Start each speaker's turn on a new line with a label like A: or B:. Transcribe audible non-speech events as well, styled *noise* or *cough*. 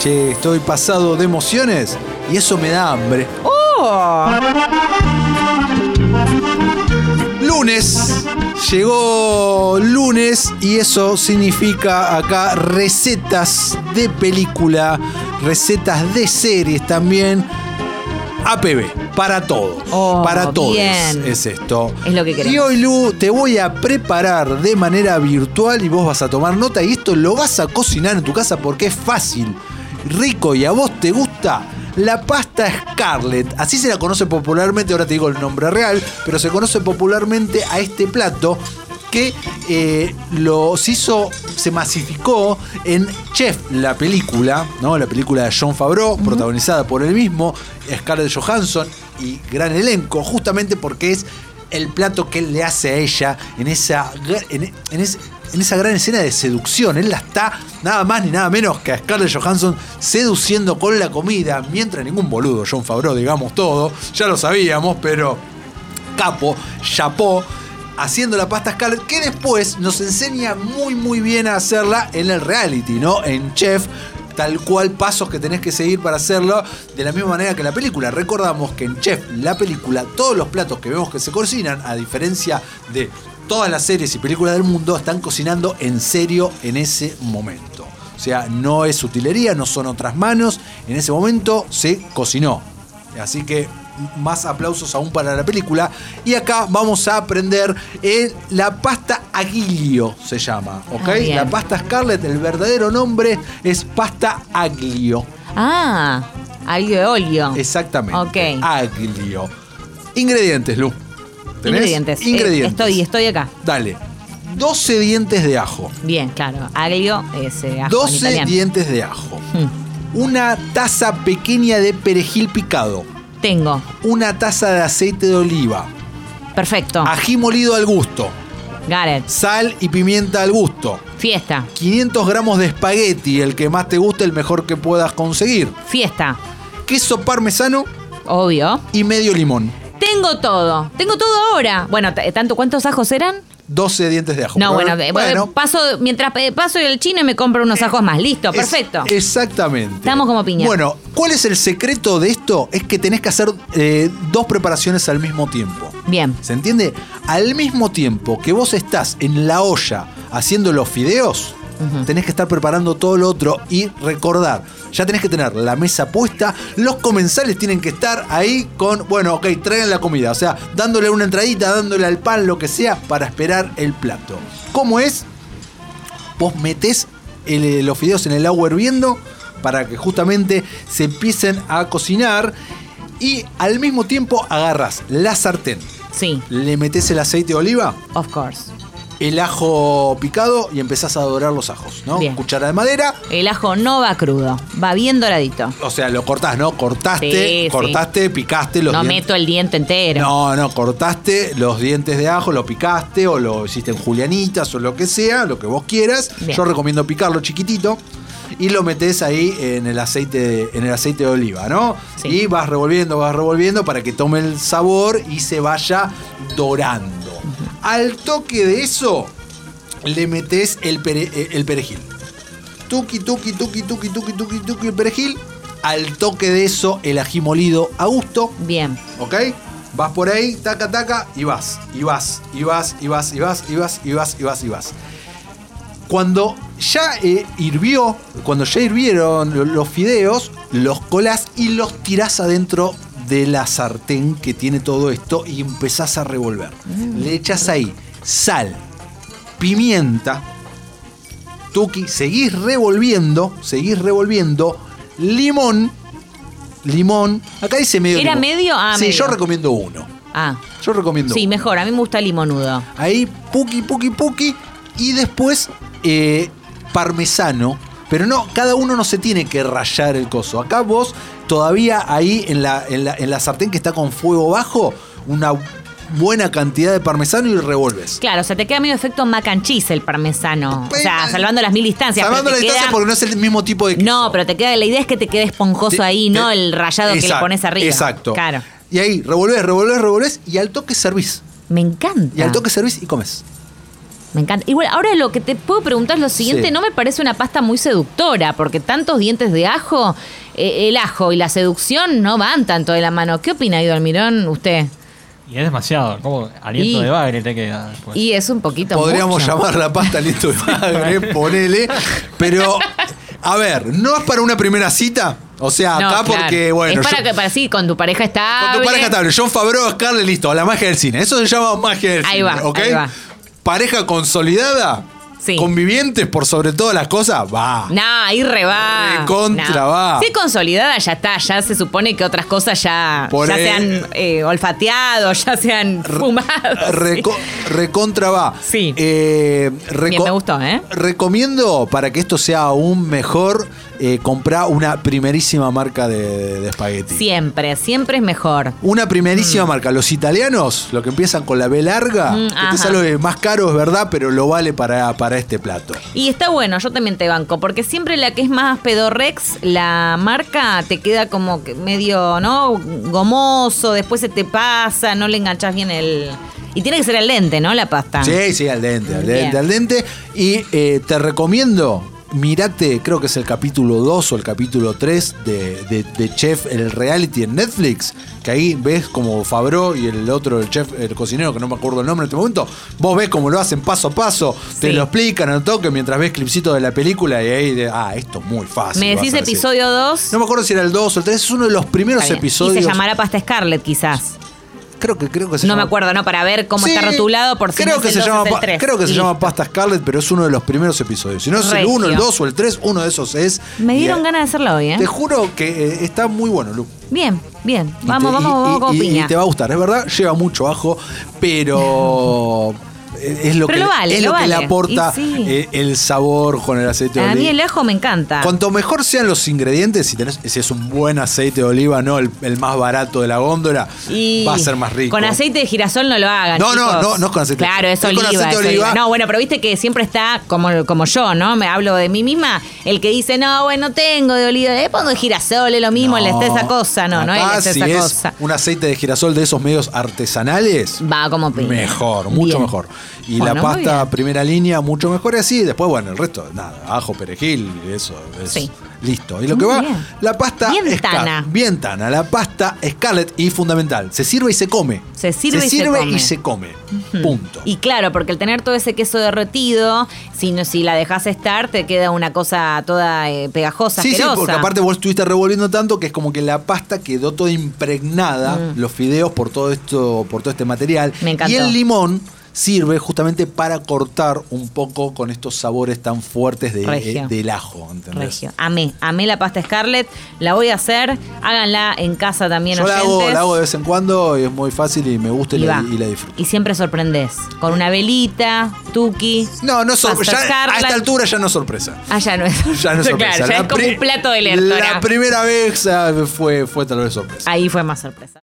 A: Che, estoy pasado de emociones y eso me da hambre.
B: ¡Oh!
A: Lunes. Llegó lunes y eso significa acá recetas de película, recetas de series también. APB, para todo.
B: Oh,
A: para todos
B: bien.
A: es esto.
B: Es lo que queremos.
A: Y hoy, Lu, te voy a preparar de manera virtual y vos vas a tomar nota y esto lo vas a cocinar en tu casa porque es fácil, rico y a vos te gusta. La pasta Scarlet, así se la conoce popularmente, ahora te digo el nombre real, pero se conoce popularmente a este plato que eh, los hizo, se masificó en Chef, la película, ¿no? La película de John Favreau, protagonizada por él mismo, Scarlett Johansson y gran elenco, justamente porque es el plato que él le hace a ella en esa, gr- en, en es- en esa gran escena de seducción. Él la está, nada más ni nada menos que a Scarlett Johansson, seduciendo con la comida, mientras ningún boludo, John Favreau, digamos todo, ya lo sabíamos, pero capo, chapó, haciendo la pasta Scarlett, que después nos enseña muy muy bien a hacerla en el reality, ¿no? En Chef. Tal cual pasos que tenés que seguir para hacerlo de la misma manera que en la película. Recordamos que en Chef, la película, todos los platos que vemos que se cocinan, a diferencia de todas las series y películas del mundo, están cocinando en serio en ese momento. O sea, no es utilería, no son otras manos. En ese momento se cocinó. Así que más aplausos aún para la película. Y acá vamos a aprender eh, la pasta aguilio, se llama. ¿Ok?
B: Ah, bien.
A: la pasta Scarlett, el verdadero nombre es pasta aglio.
B: Ah, algo de óleo.
A: Exactamente.
B: Ok.
A: Aglio. Ingredientes, Lu. ¿Tenés?
B: Ingredientes. Eh,
A: Ingredientes.
B: estoy, estoy acá.
A: Dale. 12 dientes de ajo.
B: Bien, claro. Aglio es eh, ajo en
A: 12
B: italiano.
A: dientes de
B: *laughs*
A: ajo.
B: Mm,
A: Una taza pequeña de perejil picado.
B: Tengo.
A: Una taza de aceite de oliva.
B: Perfecto.
A: Ají molido al gusto.
B: Gareth.
A: sal y pimienta al gusto.
B: Fiesta.
A: 500 gramos de espagueti, el que más te guste, el mejor que puedas conseguir.
B: Fiesta.
A: Queso parmesano
B: Obvio.
A: y medio limón.
B: Tengo todo. Tengo todo ahora. Bueno, t- tanto cuántos ajos eran?
A: 12 dientes de ajo.
B: No,
A: Pero,
B: bueno, eh, paso mientras eh, paso el chino y me compro unos ajos más. Listo,
A: Eh, es-
B: perfecto.
A: exactamente.
B: Estamos como piña.
A: Bueno, ¿cuál es el secreto de esto? Es que tenés que hacer eh, dos preparaciones al mismo tiempo.
B: Bien.
A: ¿Se entiende? Al mismo tiempo que vos estás en la olla haciendo los fideos, tenés que estar preparando todo lo otro y recordar, ya tenés que tener la mesa puesta, los comensales tienen que estar ahí con, bueno, ok, traigan la comida, o sea, dándole una entradita, dándole al pan, lo que sea, para esperar el plato. ¿Cómo es? vos metés el- eh, los fideos en el agua hirviendo para que justamente se empiecen a cocinar y al mismo tiempo agarras la sartén,
B: Sí,
A: le metes el aceite de oliva,
B: of course.
A: el ajo picado y empezás a dorar los ajos, ¿no?
B: Bien.
A: Cuchara de madera,
B: El ajo no va crudo, va bien doradito.
A: o sea, lo cortás, ¿no? Cortaste,
B: Sí, sí.
A: cortaste, picaste los
B: no
A: dientes.
B: meto el diente entero.
A: No, no, cortaste los dientes de ajo, lo picaste o lo hiciste en julianitas o lo que sea, lo que vos quieras.
B: Bien.
A: Yo recomiendo picarlo chiquitito y lo metés ahí en el aceite de, en el aceite de oliva, ¿no?
B: Sí.
A: Y vas revolviendo, vas revolviendo para que tome el sabor y se vaya dorando. Al toque de eso le metés el, pere- eh, el perejil. Tuki, tuki, tuki, tuki, tuki, tuki, tuki, el perejil. Al toque de eso, el ají molido a gusto.
B: Bien,
A: ¿ok? Vas por ahí, taca, taca, y vas, y vas, y vas, y vas, y vas, y vas, y vas, y vas, y vas. Cuando ya eh, hirvió, cuando ya hirvieron lo- los fideos, los colás y los tirás adentro de la sartén que tiene todo esto y empezás a revolver.
B: Mm.
A: Le echás ahí sal, pimienta, tuki, seguís revolviendo, seguís revolviendo, limón, limón, acá dice medio
B: ¿Era
A: limón.
B: medio? Ah,
A: Sí,
B: medio.
A: yo recomiendo uno.
B: ah,
A: Yo recomiendo
B: sí,
A: uno.
B: mejor, a mí me gusta el limonudo.
A: Ahí, puki, puki, puki. Y después, eh, parmesano. Pero no, cada uno no se tiene que rayar el coso. Acá vos, todavía ahí en la, en la, en la sartén que está con fuego bajo, una buena cantidad de parmesano y revuelves.
B: Claro, o sea, te queda medio efecto mac and cheese el parmesano. O sea, salvando las mil distancias.
A: Salvando
B: pero
A: la
B: te
A: distancia
B: queda-
A: porque no es el mismo tipo de queso.
B: No, pero te queda, la idea es que te quede esponjoso
A: Te-
B: ahí,
A: te-
B: no el rayado que le
A: Exacto,
B: pones arriba.
A: Exacto.
B: Claro.
A: Y ahí, revolvés, revolvés, revolvés y al toque servís.
B: Me encanta.
A: Y al toque servís y comes.
B: Me encanta. Igual, ahora lo que te puedo preguntar es lo siguiente,
A: Sí.
B: no me parece una pasta muy seductora, porque tantos dientes de ajo, eh, el ajo y la seducción no van tanto de la mano. ¿Qué opina, Guido Almirón, usted?
C: Y es demasiado, como aliento
B: Y-
C: de bagre te queda después.
B: Y es un poquito
A: Podríamos
B: mucho.
A: llamar la pasta listo de
B: *laughs*
A: bagre, ponele. Pero, a ver, ¿no es para una primera cita? O sea,
B: No,
A: acá
B: claro.
A: porque, bueno.
B: Es para
A: yo-
B: que para sí, con tu pareja está.
A: Con tu pareja estable. John Favreau, Scarlett, listo. La magia del cine. Eso se llama magia del
B: Ahí
A: cine.
B: va,
A: ¿ok?
B: ahí va.
A: Pareja consolidada.
B: Sí.
A: Convivientes por sobre todas las cosas. Va.
B: No, ahí re va.
A: Re contra
B: No.
A: va.
B: Sí, consolidada ya está, ya se supone que otras cosas ya,
A: Por e-
B: ya
A: ahí-
B: se han eh, olfateado, ya se han fumado.
A: Reco- recontra va.
B: Sí.
A: Eh, reco-
B: Bien, me gustó, ¿eh?
A: Recomiendo, para que esto sea aún mejor, eh, comprar una primerísima marca de, de espagueti.
B: Siempre, siempre es mejor.
A: Una primerísima marca. Los italianos, lo que empiezan con la B larga,
B: Mm,
A: que te
B: ajá.
A: sale más caro, es verdad, pero lo vale para, para este plato.
B: Y está bueno, yo también te banco, porque siempre la que es más pedorrex, la marca te queda como que medio, ¿no? Gomoso, después se te pasa, no le enganchas bien el... Y tiene que ser el lente, ¿no? La pasta.
A: Sí, sí, al dente, al dente,
B: Bien.
A: al dente. Y eh, te recomiendo, mirate, creo que es el capítulo 2 o el capítulo 3 de, de- de Chef, el reality en Netflix, que ahí ves como Fabro y el otro, el chef, el cocinero, que no me acuerdo el nombre en este momento, vos ves cómo lo hacen paso a paso, te
B: Sí.
A: lo explican al toque mientras ves clipsitos de la película y ahí, de, ah, esto es muy fácil.
B: Me
A: vas
B: decís
A: a decir.
B: episodio 2.
A: No me acuerdo si era el 2 o el 3, es uno de los primeros episodios.
B: Y se llamará pasta Scarlet, quizás.
A: Creo que, creo que se
B: No me
A: llama-
B: acuerdo, ¿no? Para ver cómo
A: Sí,
B: está rotulado por si
A: creo
B: no
A: que
B: es
A: se
B: el dos,
A: llama
B: es el
A: pa-
B: tres.
A: Creo que se
B: Listo.
A: llama Pasta Scarlet, pero es uno de los primeros episodios. Si no es el
B: Regio.
A: 1, el 2 o el 3, uno de esos es.
B: Me dieron
A: y, eh,
B: ganas de hacerla hoy, ¿eh?
A: Te juro que eh, está muy bueno, Lu.
B: Bien, bien.
A: Y
B: Vamos,
A: te- y-
B: vamos, vamos
A: y-
B: con
A: y-
B: piña.
A: Y te va a gustar, es verdad, lleva mucho ajo,
B: *laughs*
A: pero. Es lo
B: Pero
A: que,
B: lo vale,
A: es lo
B: lo
A: que le
B: vale.
A: aporta
B: Y sí.
A: eh, el sabor con el aceite de
B: A mí
A: oliva.
B: el ajo me encanta.
A: Cuanto mejor sean los ingredientes, si, tenés, si es un buen aceite de oliva, no el, el más barato de la góndola,
B: Y
A: va a ser más rico.
B: Con aceite de girasol no lo hagan.
A: No, no,
B: chicos.
A: no, no es con aceite de
B: Claro, es
A: es con
B: oliva.
A: aceite de
B: es
A: oliva.
B: oliva. No, bueno, pero viste que siempre está como, como yo, ¿no? Me hablo de mí misma. El que dice, no, bueno, tengo de oliva. Eh, pongo de girasol, es lo mismo, le está esa cosa. No, no
A: Acá,
B: es
A: si
B: esa
A: es
B: cosa.
A: Un aceite de girasol de esos medios artesanales.
B: Va como piña.
A: Mejor, mucho
B: Bien.
A: mejor. Y
B: Bueno,
A: la
B: muy
A: pasta
B: bien.
A: primera línea, mucho mejor. Y así, después, bueno, el resto, nada, ajo, perejil, eso. es
B: Sí.
A: Listo. Y lo que
B: Muy
A: va,
B: bien.
A: la pasta.
B: Bien
A: Scar-
B: tana.
A: Bien tana. La pasta Scarlett y fundamental. Se sirve y se come.
B: Se sirve y se come.
A: y se come. Punto.
B: Y claro, porque al tener todo ese queso derretido, si, no, si la dejas estar, te queda una cosa toda eh, pegajosa,
A: Sí, sí,
B: asquerosa.
A: porque aparte vos estuviste revolviendo tanto que es como que la pasta quedó toda impregnada, los fideos por todo esto, por todo este material.
B: Mm. Me encantó.
A: Y el limón sirve justamente para cortar un poco con estos sabores tan fuertes de-
B: Regio.
A: eh, del ajo, ¿entendés?
B: Regio. Amé, amé la pasta Scarlett, la voy a hacer, háganla en casa también
A: Yo la hago,
B: oyentes.
A: la hago de vez en cuando y es muy fácil y me gusta y,
B: y,
A: la,
B: va.
A: y la disfruto.
B: Y siempre sorprendés. Con una velita, tuki.
A: No, no sor-
B: pasta
A: ya A
B: Scarlett.
A: esta altura ya no es sorpresa.
B: Ah, ya no es.
A: *laughs* Ya no es sorpresa.
B: *laughs* Claro, ya
A: La
B: es como
A: pri-
B: un plato de
A: La
B: lectora.
A: primera vez ah, fue, fue tal vez sorpresa.
B: Ahí fue más sorpresa.